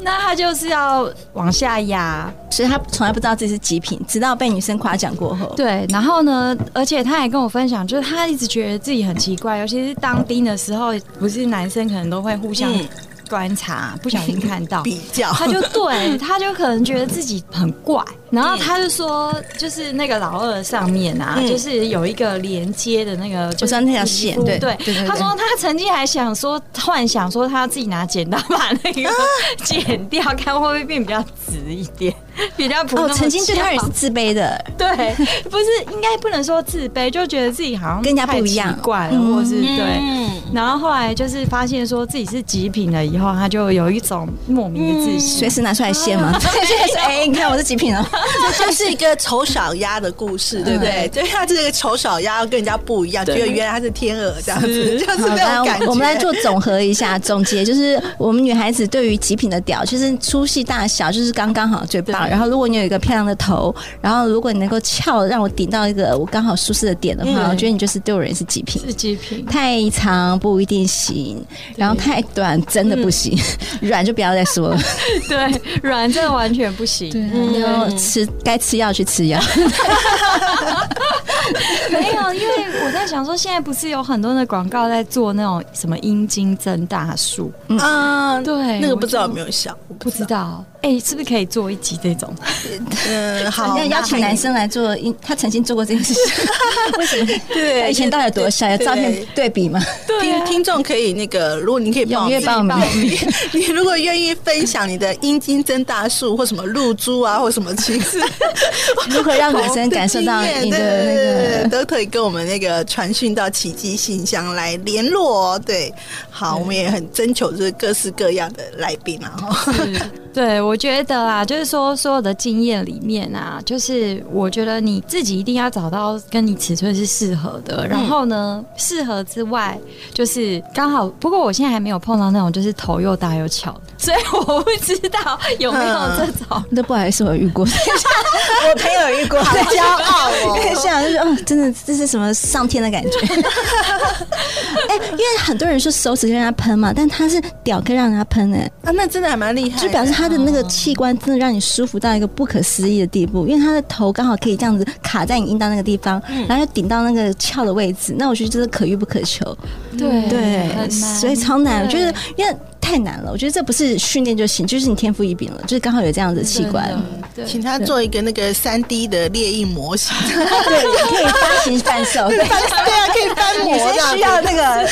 Speaker 3: 那他就是要往下压，
Speaker 1: 所以他从来不知道自己是极品，直到被女生夸奖过后，
Speaker 3: 对，然后呢，而且他还跟我分享，就是他一直觉得自己很奇怪，尤其是当兵的时候，不是男生可能都会互相
Speaker 2: 嗯
Speaker 3: 观察，不小心看到，
Speaker 2: 比较，
Speaker 3: 他 就对，他就可能觉得自己很怪，然
Speaker 1: 嗯
Speaker 3: 后他就说，就是那个老二上面啊，
Speaker 2: 嗯
Speaker 3: 就是有一个连接的那个，就
Speaker 1: 我知
Speaker 3: 是
Speaker 1: 道那条线
Speaker 3: 皮肤
Speaker 1: 对
Speaker 3: 对
Speaker 1: 对对对
Speaker 3: 他说他曾经还想说，幻想说他自己拿剪刀把那个
Speaker 1: 啊
Speaker 3: 剪掉，看会不会变比较直一点，比较不那
Speaker 1: 哦，
Speaker 3: 么
Speaker 1: 曾经对他也
Speaker 3: 翘
Speaker 1: 是自卑的，
Speaker 3: 对，不是应该不能说自卑，就觉得自己好像
Speaker 1: 跟人家不一样
Speaker 3: 太奇怪了，
Speaker 1: 嗯
Speaker 3: 或是对。
Speaker 2: 嗯，
Speaker 3: 然后后来就是发现说自己是极品了，以后他就有一种莫名的自信
Speaker 1: 随。时拿出来献 嘛，对，就是哎，你看我是极品哦，
Speaker 2: 这就是一个丑小鸭的故事，对不对？ 对，他这个丑小鸭跟人家不一样，觉得原来他是天鹅这样子， 就是
Speaker 1: 好
Speaker 2: 那种
Speaker 1: 吧
Speaker 2: 感觉。
Speaker 1: 我们来做总和一下，总结就是我们女孩子对于极品的屌，就是粗细大小就是刚刚好最棒。
Speaker 3: 对
Speaker 1: 然后如果你有一个漂亮的头，然后如果你能够翘让我顶到一个我刚好舒适的点的话，
Speaker 3: 嗯
Speaker 1: 我觉得你就是对我人是极品。
Speaker 3: 是极品，
Speaker 1: 太长不一定行，然后太短真的不行， 软、就不要再说了。
Speaker 3: 对，软这完全不行。
Speaker 2: 嗯
Speaker 1: 你要吃该吃药去吃药，
Speaker 3: 没有，因为我在想说，现在不是有很多的广告在做那种什么阴茎增大术？
Speaker 2: 啊，
Speaker 3: 对
Speaker 2: 那个不知道有
Speaker 3: 有。
Speaker 2: 没有效，我
Speaker 3: 不知。道，哎、是不是可以做一集这种？
Speaker 2: 嗯，好，
Speaker 1: 要邀请
Speaker 2: 那还
Speaker 1: 男生来做，因他曾经做过这件事情。为什么？
Speaker 2: 对
Speaker 1: 以前到底有多小？有照片
Speaker 2: 对
Speaker 1: 对比吗？
Speaker 2: 听听众可以那个，如果你可以报
Speaker 1: 踊跃
Speaker 2: 名，
Speaker 1: 报名
Speaker 2: 你 你如果愿意分享你的阴茎增大术或什么露珠啊，或什么其实
Speaker 1: 如何让女生感受到你的那
Speaker 2: 哦对对
Speaker 1: 个
Speaker 2: 对都可以跟我们那个传讯到奇迹信箱来联络哦。对，好，我们也很征求就是各式各样的来宾啊。哈
Speaker 3: 对，我觉得啊，就是说所有的经验里面啊，就是我觉得你自己一定要找到跟你尺寸是适合的，然后呢，适合之外，就是刚好。不过我现在还没有碰到那种就是头又大又翘的，所以我不知道有没有这种。
Speaker 1: 都不好意思，我遇过，
Speaker 2: 我朋友遇过，好骄傲哦，
Speaker 1: 现啊， 就是哦，真的这是什么上天的感觉？哎、因为很多人说手指让人家喷嘛，但他是屌可以让人家喷哎、
Speaker 2: 啊，那真的还蛮厉害的，
Speaker 1: 就表示他的那个器官真的让你舒服到一个不可思议的地步，因为他的头刚好可以这样子卡在你阴道那个地方，
Speaker 2: 嗯
Speaker 1: 然后又顶到那个翘的位置，那我觉得真的可遇不可求，
Speaker 2: 嗯
Speaker 3: 对
Speaker 1: 嗯对，所以超难，我觉得因为太难了，我觉得这不是训练就行，就是你天赋异禀了，就是刚好有这样子的器官，
Speaker 3: 对
Speaker 2: 请他做一个那个三 D 的猎印 模型，
Speaker 1: 对，你可以发型半瘦，对
Speaker 2: 对，啊，可以翻模
Speaker 1: 女生需要那个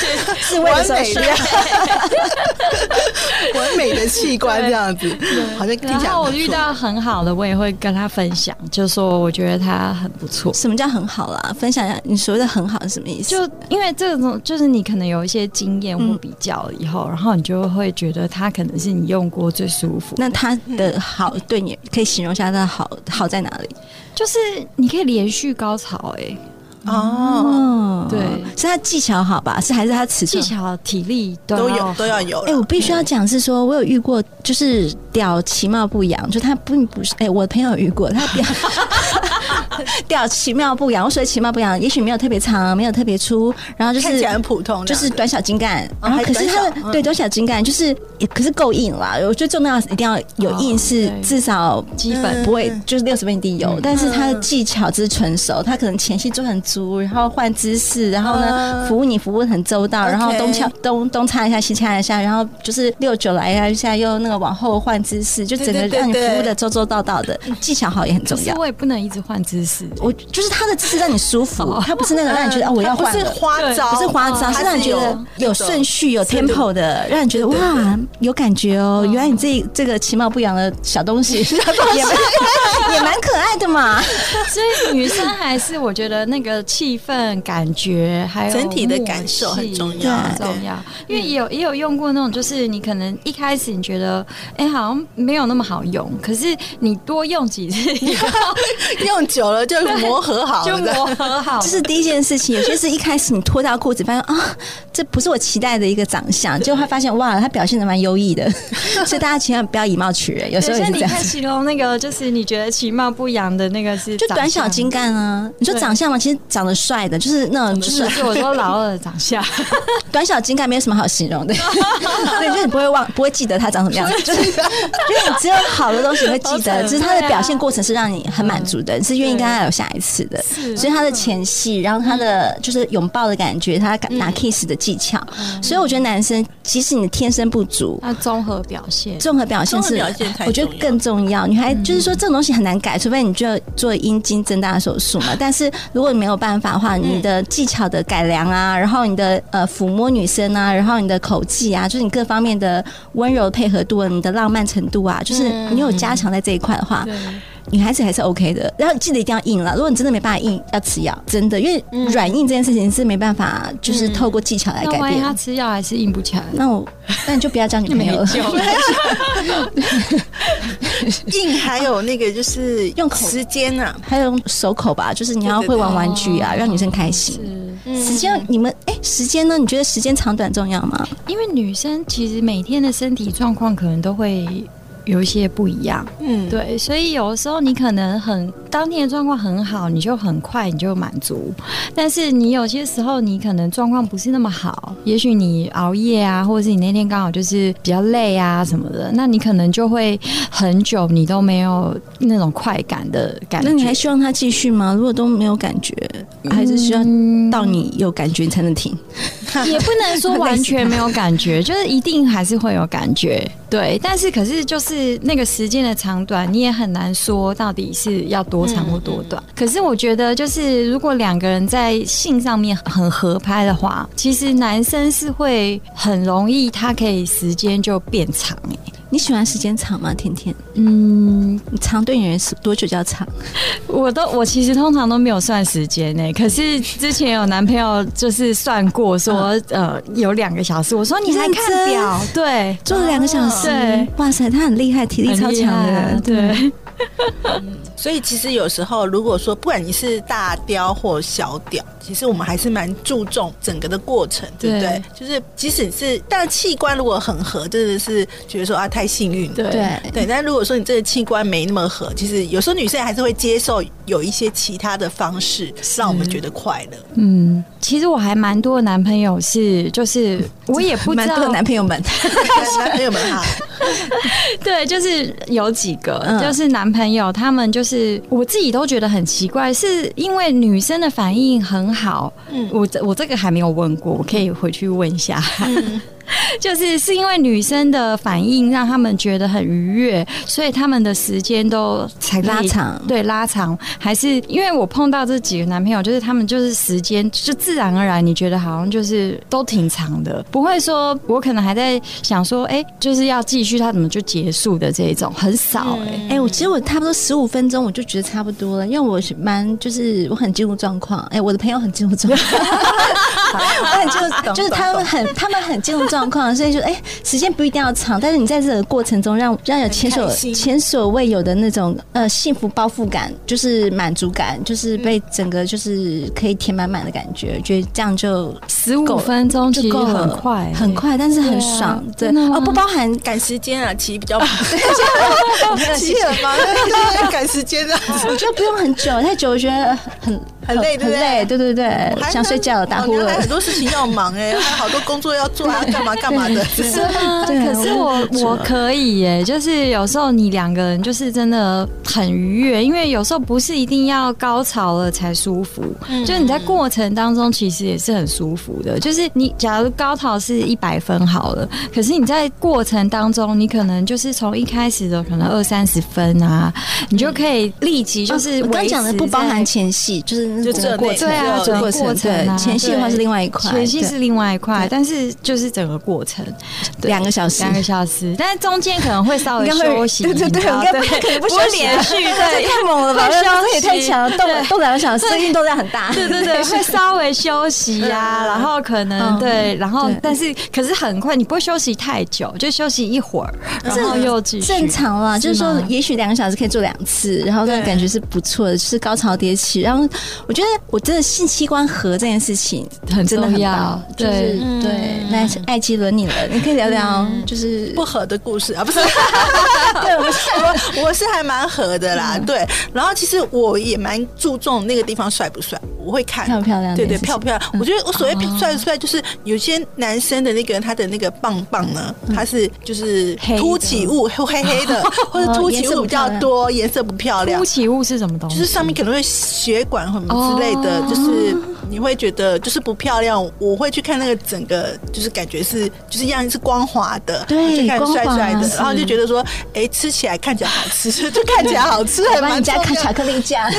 Speaker 1: 自慰的时候需要
Speaker 2: 完。 完美的器官这样子，好像听
Speaker 3: 然
Speaker 2: 起来
Speaker 3: 后我
Speaker 2: 不
Speaker 3: 遇
Speaker 2: 错。
Speaker 3: 到很好的，我也会跟他分享，就说我觉得他很不错。
Speaker 1: 什么叫很好啦？分享一下你所谓的很好是什么意思？
Speaker 3: 就因为这种，就是你可能有一些经验或
Speaker 1: 嗯
Speaker 3: 比较以后，然后你就会觉得他可能是你用过最舒服。
Speaker 1: 那他的好对你可以形容一下他的好好在哪里？
Speaker 3: 就是你可以连续高潮、哎，
Speaker 2: 哦，
Speaker 1: 哦，
Speaker 3: 对
Speaker 1: 是他技巧好吧？是还是他啊尺
Speaker 3: 技
Speaker 1: 寸？
Speaker 3: 巧、体力都
Speaker 2: 都
Speaker 3: 要
Speaker 2: 有都要有
Speaker 1: 哎、我
Speaker 2: 了，嗯
Speaker 1: 必须要讲是说，我有遇过，就是屌其貌不扬，就他并不是，哎、我的朋友有遇过，他屌 屌其貌不扬。我所谓其貌不扬，也许没有特别长，没有特别粗，然后就是
Speaker 2: 看起来很普通这
Speaker 1: 就
Speaker 2: 样
Speaker 1: 是
Speaker 2: 子，
Speaker 1: 短小精干，
Speaker 2: 哦
Speaker 1: 然后可是
Speaker 2: 还
Speaker 1: 它
Speaker 2: 短小
Speaker 1: 的
Speaker 2: 嗯
Speaker 1: 对短小精干就是也可是够硬啦。我觉得重要是一定要有硬，
Speaker 3: 哦
Speaker 1: 是
Speaker 3: 对
Speaker 1: 至少
Speaker 3: 基
Speaker 2: 嗯
Speaker 3: 本。
Speaker 1: 不会就是六十分一定有
Speaker 3: 嗯，
Speaker 1: 但是它的技巧之纯熟，它可能前戏做很足，然后换姿势，然后呢
Speaker 2: 嗯
Speaker 1: 服务你服务得很周到，然后
Speaker 2: OK
Speaker 1: 东敲东东擦一下西擦一下，然后就是六九来啊一下又那个往后换姿势，就整个
Speaker 2: 对对对
Speaker 1: 让你服务
Speaker 2: 对
Speaker 1: 的周周到到的，技巧好也很重
Speaker 3: 可是
Speaker 1: 要。
Speaker 3: 我也不能一直换姿势，
Speaker 1: 我就是它的姿势让你舒服，它不是那种
Speaker 2: 嗯
Speaker 1: 让你觉得哦我要
Speaker 2: 它
Speaker 1: 换
Speaker 2: 不是
Speaker 1: 了。
Speaker 2: 花招，
Speaker 1: 不是花招，
Speaker 2: 哦它
Speaker 1: 是让你觉得有顺序、有 tempo 的，让你觉得
Speaker 2: 对对
Speaker 1: 哇，有感觉哦。
Speaker 3: 嗯
Speaker 1: 原来你这这个其貌不扬的小东西， 也蛮也蛮可爱的嘛。
Speaker 3: 所以女生还是我觉得那个气氛感觉还有
Speaker 2: 整体的感受
Speaker 3: 默契
Speaker 2: 很重要
Speaker 3: 很重要。因为也有也有用过那种，就是你可能一开始你觉得哎、好像没有那么好用，可是你多用几次以后
Speaker 2: 用久了就磨合好
Speaker 3: 就
Speaker 2: 了的。
Speaker 3: 磨合好了
Speaker 1: 这。是第一件事情，有些是一开始你脱掉裤子，发现啊，这不是我期待的一个长相，结果他发现哇，他表现的蛮优异的， 所以大家千万不要以貌取人，有时
Speaker 3: 对
Speaker 1: 候也
Speaker 3: 像
Speaker 1: 是
Speaker 3: 你
Speaker 1: 这样
Speaker 3: 看。形容那个，就是你觉得其貌不扬的那个是
Speaker 1: 就短小
Speaker 3: 长
Speaker 1: 精
Speaker 3: 相，
Speaker 1: 干啊！你说
Speaker 3: 对
Speaker 1: 长相嘛，其实长得帅的，就是那种就是
Speaker 3: 就是我说老二的长相，
Speaker 1: 短小精干没有什么好形容的，对，就是你不会忘，不会记得他长什么样子，就是因为你只有好的东西你会记得，
Speaker 3: 好惨
Speaker 1: 只是他的
Speaker 3: 对啊
Speaker 1: 表现过程是让你很满足的，你是愿意跟他有下一次的。
Speaker 3: 是
Speaker 1: 所以他的前戏，然后他的就是拥抱的感觉，他拿 kiss 的技巧，所以我觉得男生即使你天生不足，
Speaker 3: 那综合表现，
Speaker 1: 综合表现
Speaker 2: 综
Speaker 1: 是
Speaker 2: 合表现才
Speaker 1: 我觉得
Speaker 2: 重要
Speaker 1: 更重要。女孩就是说这种东西很难改，除非你就要做阴茎增大手术嘛。但是如果你没有办法的话，你的技巧的改良啊，然后你的呃抚摸女生啊，然后你的口技啊，就是你各方面的温柔配合度啊，你的浪漫程度啊，就是你有加强在这一块的话，
Speaker 3: 嗯对，
Speaker 1: 女孩子还是 OK 的。然后记得一定要硬了，如果你真的没办法硬，要吃药，真的，因为软硬这件事情是没办法，就是透过技巧来
Speaker 3: 那
Speaker 1: 改
Speaker 3: 万一他
Speaker 1: 变。
Speaker 3: 吃药还是硬不起来，
Speaker 1: 那我，那你就不要交女朋友 了。
Speaker 2: 硬还有那个就是
Speaker 1: 用口
Speaker 2: 时间啊，
Speaker 1: 还有手口吧，就是你要会玩玩具啊，
Speaker 3: 哦
Speaker 1: 让女生开心。
Speaker 3: 是
Speaker 1: 时间，你们哎、时间呢？你觉得时间长短重要吗？
Speaker 3: 因为女生其实每天的身体状况可能都会有一些不一样，
Speaker 2: 嗯，
Speaker 3: 对，所以有的时候你可能很当天的状况很好，你就很快你就满足，但是你有些时候你可能状况不是那么好，也许你熬夜啊，或者是你那天刚好就是比较累啊什么的，那你可能就会很久你都没有那种快感的感觉。
Speaker 1: 那你还希望他继续吗？如果都没有感觉，还是需要
Speaker 3: 嗯
Speaker 1: 到你有感觉你才能停。
Speaker 3: 也不能说完全没有感觉，就是一定还是会有感觉，对。但是可是就是那个时间的长短，你也很难说到底是要多长或多短。可是我觉得，就是如果两个人在性上面很合拍的话，其实男生是会很容易，他可以时间就变长、欸。
Speaker 1: 你喜欢时间长吗？甜甜，
Speaker 3: 嗯，
Speaker 1: 你长对你而言是多久叫长？
Speaker 3: 我都我其实通常都没有算时间呢、可是之前有男朋友就是算过说，呃，有两个小时，我说你还看表，对。
Speaker 1: 做了两个小时，
Speaker 3: 哦对
Speaker 1: 啊哇塞，他很厉害，体力超强的。
Speaker 3: 对，
Speaker 2: 所以其实有时候，如果说不管你是大雕或小雕，其实我们还是蛮注重整个的过程，对不对？
Speaker 3: 对
Speaker 2: 就是即使是，但器官如果很合，真的是觉得说啊太幸运了。
Speaker 3: 对
Speaker 1: 对
Speaker 2: 对，但如果说你这个器官没那么合，其实有时候女生还是会接受有一些其他的方式让我们觉得快乐。
Speaker 3: 嗯，其实我还蛮多的男朋友是，就是我也不知
Speaker 1: 蛮多的
Speaker 3: 道，
Speaker 1: 男朋友们，
Speaker 2: 男朋友们哈，
Speaker 3: 对，就是有几个，
Speaker 1: 嗯
Speaker 3: 就是男朋友他们就是我自己都觉得很奇怪，是因为女生的反应很好，
Speaker 2: 嗯
Speaker 3: 我这我这个还没有问过，我可以回去问一下。
Speaker 2: 嗯，
Speaker 3: 就是是因为女生的反应让他们觉得很愉悦，所以他们的时间都才可以
Speaker 1: 拉。长，
Speaker 3: 对，拉长还是因为我碰到这几个男朋友，就是他们就是时间就自然而然，你觉得好像就是都挺长的，不会说我可能还在想说，哎、就是要继续，他怎么就结束的这一种很少哎、
Speaker 1: 哎、我其实我差不多十五分钟我就觉得差不多了，因为我是蛮就是我很进入状况，哎、我的朋友很进入状 况，我很进入，
Speaker 2: 懂
Speaker 1: 就是他们很他们很进入状况，所以就哎、时间不一定要长，但是你在这个过程中让让有前所
Speaker 2: 很开心
Speaker 1: 前所未有的那种呃幸福包覆感，就是满足感，就是被
Speaker 3: 嗯
Speaker 1: 整个就是可以填满满的感觉，觉得这样就
Speaker 3: 十五
Speaker 1: 够了
Speaker 3: 分钟其
Speaker 1: 就
Speaker 3: 实
Speaker 1: 够了
Speaker 3: 很快、哎
Speaker 1: 很，快，但是很
Speaker 3: 对啊
Speaker 1: 爽，对
Speaker 3: 真的吗
Speaker 1: 哦，不包含
Speaker 2: 赶时间啊，骑比较骑很忙，赶时间这样子。
Speaker 1: 我觉得不用很久，太久我觉得很
Speaker 2: 很累
Speaker 1: 很
Speaker 2: 对不对
Speaker 1: 累，对对对，
Speaker 2: 还
Speaker 1: 想睡觉了，打呼
Speaker 2: 哦你还
Speaker 1: 噜
Speaker 2: 很。多事情要忙哎、还有好多工作要做，还要 干嘛干嘛的，只是
Speaker 3: 是吗？
Speaker 1: 对啊
Speaker 3: 呃可是我
Speaker 1: 我
Speaker 3: 我可以耶，就是有时候你两个人就是真的很愉悦，因为有时候不是一定要高潮了才舒服，
Speaker 2: 嗯
Speaker 3: 就是你在过程当中其实也是很舒服的。就是你假如高潮是一百分好了，可是你在过程当中，你可能就是从一开始的可能二三十分啊，你就可以立即就是
Speaker 1: 我刚
Speaker 3: 维
Speaker 1: 讲的
Speaker 3: 持
Speaker 1: 不包
Speaker 3: 在
Speaker 1: 含前戏，就是那
Speaker 2: 就
Speaker 1: 整
Speaker 2: 只有
Speaker 1: 个过程，
Speaker 3: 内对啊
Speaker 1: 整个
Speaker 3: 整个
Speaker 1: 过
Speaker 3: 过
Speaker 1: 程，
Speaker 3: 程啊
Speaker 1: 对前戏的话是
Speaker 3: 对
Speaker 1: 另外一块，
Speaker 3: 前戏
Speaker 1: 对
Speaker 3: 是另外一块
Speaker 1: 对，
Speaker 3: 但是就是整个过程对
Speaker 1: 两个小 时
Speaker 3: 两。个小时，但是中间可能会稍微
Speaker 1: 应该会
Speaker 3: 休息一
Speaker 1: 对
Speaker 3: 下，
Speaker 1: 对对，应该不可能不
Speaker 3: 不
Speaker 1: 休
Speaker 3: 会
Speaker 1: 息啊
Speaker 3: 连续
Speaker 1: 这
Speaker 3: 对。
Speaker 1: 太猛了吧！
Speaker 3: 会休息
Speaker 1: 这也太强了，动
Speaker 3: 对
Speaker 1: 动两个小时，这运动量很大。
Speaker 3: 对对对，会稍微休息呀、
Speaker 2: 嗯
Speaker 3: 然后可
Speaker 1: 嗯
Speaker 3: 能、对，然后
Speaker 1: 对
Speaker 3: 但是可是很快，你不会休息太久，就休息一会儿，然后又继续
Speaker 1: 正。常啦，就是说
Speaker 3: 吗，
Speaker 1: 也许两个小时可以做两次，然后那种
Speaker 2: 对
Speaker 1: 感觉是不错的，就是高潮迭起。然后我觉得，我真的性器官合这件事情
Speaker 3: 很
Speaker 1: 真的
Speaker 3: 重
Speaker 1: 很
Speaker 3: 要
Speaker 1: 棒，就是
Speaker 3: 对
Speaker 2: 嗯
Speaker 1: 对。那艾姬轮你了，你可以聊聊，就是
Speaker 2: 不合的故 事啊，不是。
Speaker 1: 对，我是
Speaker 2: 我我是还蛮合的啦，
Speaker 1: 嗯
Speaker 2: 对。然后其实我也蛮注重那个地方帅不帅，我会看
Speaker 1: 漂不嗯哦漂亮
Speaker 2: 对
Speaker 1: 这
Speaker 2: 对，
Speaker 1: 件事情，
Speaker 2: 漂不漂亮？我觉得我所谓帅不帅，就是有些男生的那个他的那个棒棒呢，他是就是
Speaker 1: 嗯黑的
Speaker 2: 凸起物或黑黑的，或者
Speaker 1: 哦
Speaker 2: 凸起
Speaker 1: 颜色
Speaker 2: 物
Speaker 1: 不
Speaker 2: 比较
Speaker 1: 漂亮
Speaker 2: 多，颜色不漂亮
Speaker 3: 凸。起物是什么东西？
Speaker 2: 就是上面可能会血管什么之类的，
Speaker 3: 哦
Speaker 2: 就是你会觉得就是不漂亮。我会去看那个整个，就是感觉是就是样是光滑的，
Speaker 1: 对
Speaker 2: 我就看
Speaker 1: 光滑
Speaker 2: 帅帅的，
Speaker 1: 是
Speaker 2: 然后就觉得说，哎、吃起来看起来好吃， 就看起来好吃，还
Speaker 1: 我帮
Speaker 2: 蛮
Speaker 1: 你加
Speaker 2: 重
Speaker 1: 看
Speaker 2: 要
Speaker 1: 巧
Speaker 2: 的。
Speaker 1: 克力 酱，
Speaker 2: 就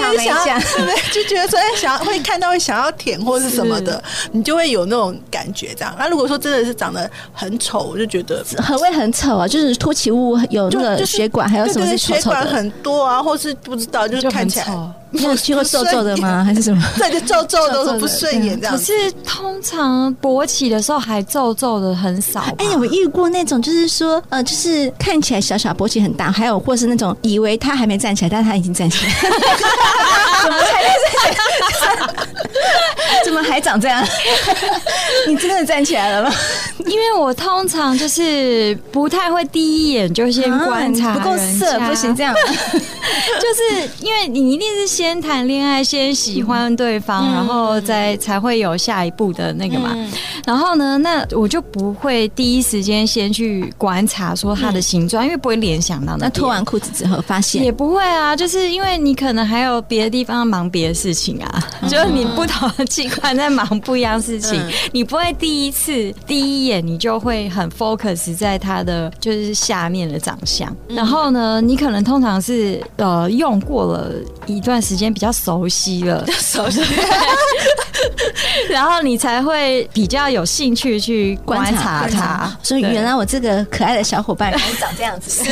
Speaker 1: 草
Speaker 2: 是
Speaker 1: 莓
Speaker 2: 想要
Speaker 1: 酱，
Speaker 2: 对，就觉得说，哎，想要会看到会想要舔或是什么的，你就会有那种感觉这样。那如果说真的是长得很丑，我就觉得
Speaker 1: 何谓很丑啊？就是凸起物有那
Speaker 2: 就
Speaker 1: 个
Speaker 2: 就是
Speaker 1: 血管，还有
Speaker 2: 对
Speaker 1: 什么
Speaker 2: 对
Speaker 1: 是丑
Speaker 2: 对血
Speaker 1: 丑
Speaker 2: 管
Speaker 1: 的？
Speaker 2: 很多啊，或是不知道，就是
Speaker 3: 就
Speaker 2: 看
Speaker 3: 很
Speaker 2: 起来
Speaker 3: 丑。
Speaker 1: 你有去过
Speaker 2: 不
Speaker 1: 瘦皱的
Speaker 2: 顺
Speaker 1: 吗？还是什么？
Speaker 2: 对，就皱皱
Speaker 1: 皱皱
Speaker 2: 的
Speaker 1: 的
Speaker 2: 不顺眼这样
Speaker 3: 可
Speaker 2: 子。
Speaker 3: 是通常勃起的时候还皱皱的很少吧。
Speaker 1: 哎、有遇过那种，就是说，呃，就是看起来小小勃起很大，还有或是那种以为他还没站起来，但他已经站起来， 怎么才站起来？怎么还长这样？ 你真的站起来了吗？
Speaker 3: 因为我通常就是不太会第一眼就先观察、
Speaker 1: 啊不够色，不行，这样。
Speaker 3: 就是因为你一定是先谈恋爱，先喜欢对方，然后再才会有下一步的那个嘛。然后呢，那我就不会第一时间先去观察说它的形状，因为不会联想到
Speaker 1: 那
Speaker 3: 那
Speaker 1: 脱
Speaker 3: 边。
Speaker 1: 完裤子之后发现
Speaker 3: 也，不会啊，就是因为你可能还有别的地方忙别的事情啊，就是你不同的器官在忙不一样的事情，
Speaker 2: 嗯
Speaker 3: 你不会第一次第一眼你就会很 focus 在它的就是下面的长相，然后呢，你可能通常是呃用过了一段时间比较熟悉了，
Speaker 2: 手是
Speaker 3: 然后你才会比较有兴趣去观察它，
Speaker 1: 所以
Speaker 3: 对
Speaker 1: 原来我这个可爱的小伙 伴原来长这样子。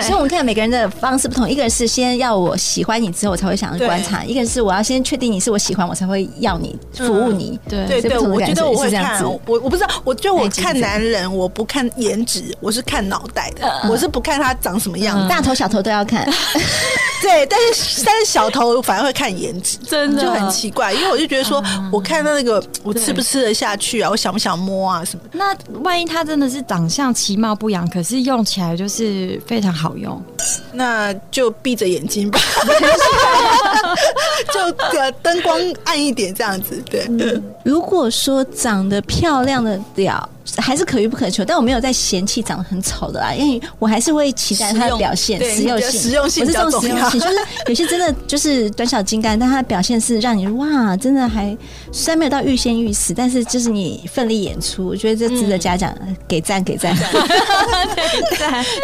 Speaker 1: 所以我们看每个人的方式不同，一个人是先要我喜欢你之后，我才会想要去
Speaker 2: 对
Speaker 1: 观察；一个人是我要先确定你是我喜欢，我才会要你服务你。
Speaker 3: 对
Speaker 2: 嗯对
Speaker 1: 是
Speaker 2: 对，
Speaker 1: 嗯不同的
Speaker 2: 我觉
Speaker 1: 感
Speaker 2: 得
Speaker 1: 觉
Speaker 2: 我
Speaker 1: 是
Speaker 2: 会
Speaker 1: 这样
Speaker 2: 看，
Speaker 1: 子
Speaker 2: 我我不知道，我觉得我
Speaker 1: 哎就是
Speaker 2: 看
Speaker 1: 这样
Speaker 2: 男人，
Speaker 1: 嗯
Speaker 2: 我不看颜值，我是看脑袋的，我是不看他长什么样子。
Speaker 1: 大头小头都要看，
Speaker 2: 对，但是但是小头反而会看颜值，
Speaker 3: 真的
Speaker 2: 就很奇怪，因为我就觉得说，
Speaker 1: 嗯
Speaker 2: 我看到那个我吃不吃得下去啊，我想不想摸啊什么的。
Speaker 3: 那万一他真的是长相其貌不扬，可是用起来就是非常好用，
Speaker 2: 那就闭着 眼睛吧， 就呃灯光暗一点这样子。对，
Speaker 1: 嗯如果说长得漂亮的屌还是可遇不可求，但我没有在嫌弃长得很丑的啦，因为我还是会期待它的表现
Speaker 2: 实
Speaker 1: 实用
Speaker 2: 用对
Speaker 1: 性，
Speaker 2: 实用性
Speaker 1: 我是
Speaker 2: 比较
Speaker 1: 这种实
Speaker 2: 重
Speaker 1: 用
Speaker 2: 要
Speaker 1: 性，就是有些真的就是短小精干，但它的表现是让你哇，真的还虽然没有到欲仙欲死，但是就是你奋力演出，我觉得这值
Speaker 2: 嗯
Speaker 1: 得嘉奖，呃给赞给 赞，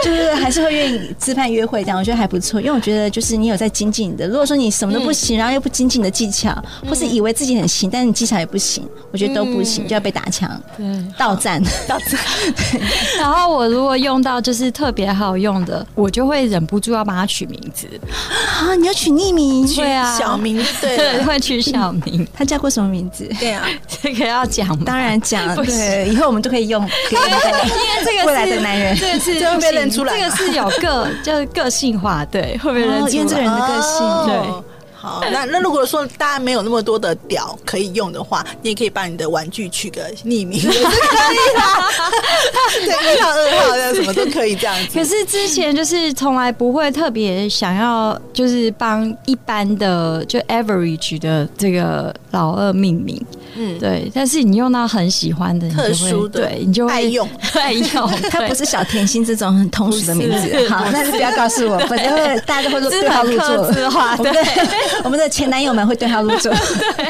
Speaker 1: 就是还是会愿意自拍约会这样，我觉得还不错，因为我觉得就是你有在精进你的，如果说你什么都不行，然后又不精进你的技巧，或是以为自己很行，但是你技巧也不行，我觉得都不行，就要被打枪。
Speaker 3: 对。
Speaker 1: 到站，嗯到站，
Speaker 3: 然后我如果用到就是特别好用的，我就会忍不住要帮它取名字，
Speaker 1: 啊！你要取匿名，
Speaker 3: 对啊
Speaker 2: 小明对
Speaker 3: 对，
Speaker 2: 了
Speaker 3: 会取小名，
Speaker 1: 他叫过什么名字？
Speaker 2: 对啊，
Speaker 3: 这个要讲吗，
Speaker 1: 当然讲，
Speaker 3: 不行
Speaker 1: 对，以后我们都可以用给那个
Speaker 3: 因为这 个是
Speaker 1: 未来的男人。
Speaker 3: 这个是
Speaker 2: 这会被
Speaker 3: 不行
Speaker 2: 认出来吗
Speaker 3: 这个是有 个就是个性化，对，会被认
Speaker 1: 哦因为
Speaker 3: 出
Speaker 1: 这个
Speaker 3: 来。
Speaker 1: 人的个性，
Speaker 2: 哦好，那那如果说大家没有那么多的屌可以用的话，你也可以把你的玩具取个匿 名，也是可以啦。对，一号、二号的什么都可以这样 子
Speaker 3: 可。是之前就是从来不会特别想要，就是帮一般的就 average 的这个老二命名，
Speaker 2: 嗯，
Speaker 3: 对。但是你用到很喜欢的，你就会
Speaker 2: 特殊的
Speaker 3: 对你就会
Speaker 2: 爱用
Speaker 3: 爱 用，
Speaker 1: 他
Speaker 3: 对
Speaker 1: 不是小甜心这种很通俗的名
Speaker 3: 不
Speaker 1: 字。
Speaker 3: 是
Speaker 1: 好，但是不要告诉 我，反正会大家都会
Speaker 3: 资
Speaker 1: 对号入座
Speaker 3: 本克制化
Speaker 1: 我们的我们的前男友们会对号入座。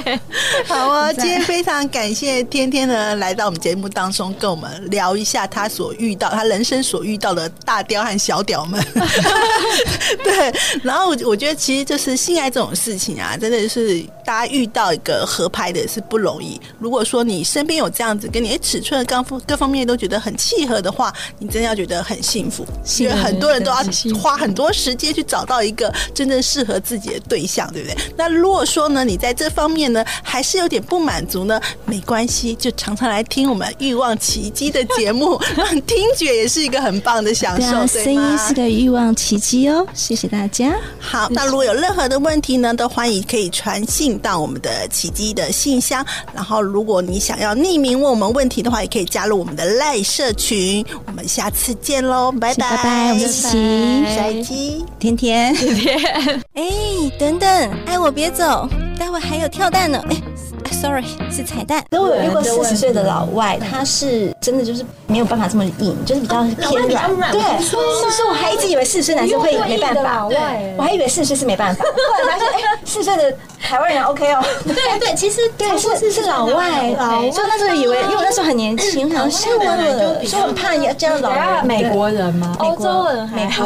Speaker 2: 好哦，今天非常感谢天天呢来到我们节目当中，跟我们聊一下他所遇到他人生所遇到的大雕和小屌们。对，然后我我觉得其实就是性爱这种事情啊，真的是大家遇到一个合拍的是不容易。如果说你身边有这样子跟你诶尺寸各方各方面都觉得很契合的话，你真的要觉得很幸福，因为很多人都要
Speaker 3: 对幸福
Speaker 2: 花很多时间去找到一个真正适合自己的对象，对不对？那如果说呢，你在这方面呢还是有点不满足呢，没关系，就常常来听我们《欲望奇迹》的节目， 让听觉也是一个很棒的享
Speaker 1: 对
Speaker 2: 受，
Speaker 1: 啊，
Speaker 2: 对
Speaker 1: 声音
Speaker 2: 吗？
Speaker 1: 是个欲望奇迹哦，谢谢大家。
Speaker 2: 好，那如果有任何的问题呢，都欢迎可以传信到我们的奇迹的信箱。然后，如果你想要匿名问我们问题的话，也可以加入我们的赖社群。我们下次见喽，拜
Speaker 1: 拜
Speaker 2: 拜，
Speaker 1: 拜我们一起
Speaker 2: 下一集。
Speaker 1: 甜甜，甜甜， 哎、等等，爱我别走，待会还有跳蛋呢。哎、s o r r y 是彩蛋。哎如果有遇过四十岁的老外，他是真的就是没有办法这么硬，就是比较 偏软，对，是不是？我还一直以为四十岁男生会没办法，对，我还以为四十岁是没办法， 后来发现，哎、四十岁的台湾人 OK 哦， 对对，其实对是是老外，老外，所以我那时候以为，因为我那时候很年轻，好像吓歪了，所以我很怕要这样老人，
Speaker 3: 美国人吗？
Speaker 1: 欧洲人还好，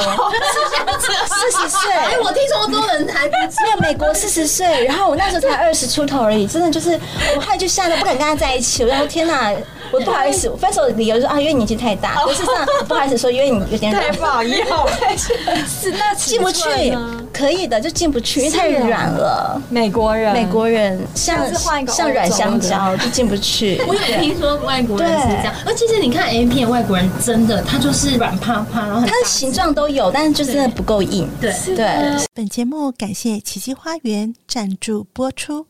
Speaker 1: 四十岁，哎，我听说欧洲人才没有美国四十岁，然后我那时候才二十出头而已，真的就是我后来就吓得不敢跟他在一起，然后天哪，我不好意思，我分手的理由就是啊，因为年纪太大，
Speaker 4: 哦
Speaker 1: 可是上不好意思说，因为你有点软，
Speaker 3: 好用，是那
Speaker 1: 进不去，可以的就进不去，因为太软了。
Speaker 3: 美国
Speaker 4: 啊
Speaker 3: 人，
Speaker 1: 美国人像
Speaker 3: 下次换一个欧洲
Speaker 1: 像
Speaker 3: 的
Speaker 1: 软香蕉就进不去，
Speaker 4: 我也听说外国人是这样，而其实你看 A 片，外国人真的他就是软趴趴，然后很
Speaker 1: 它的形状都有，但是就真的不够硬。
Speaker 4: 对
Speaker 1: 对。
Speaker 2: 本节目感谢奇迹花园赞助播出。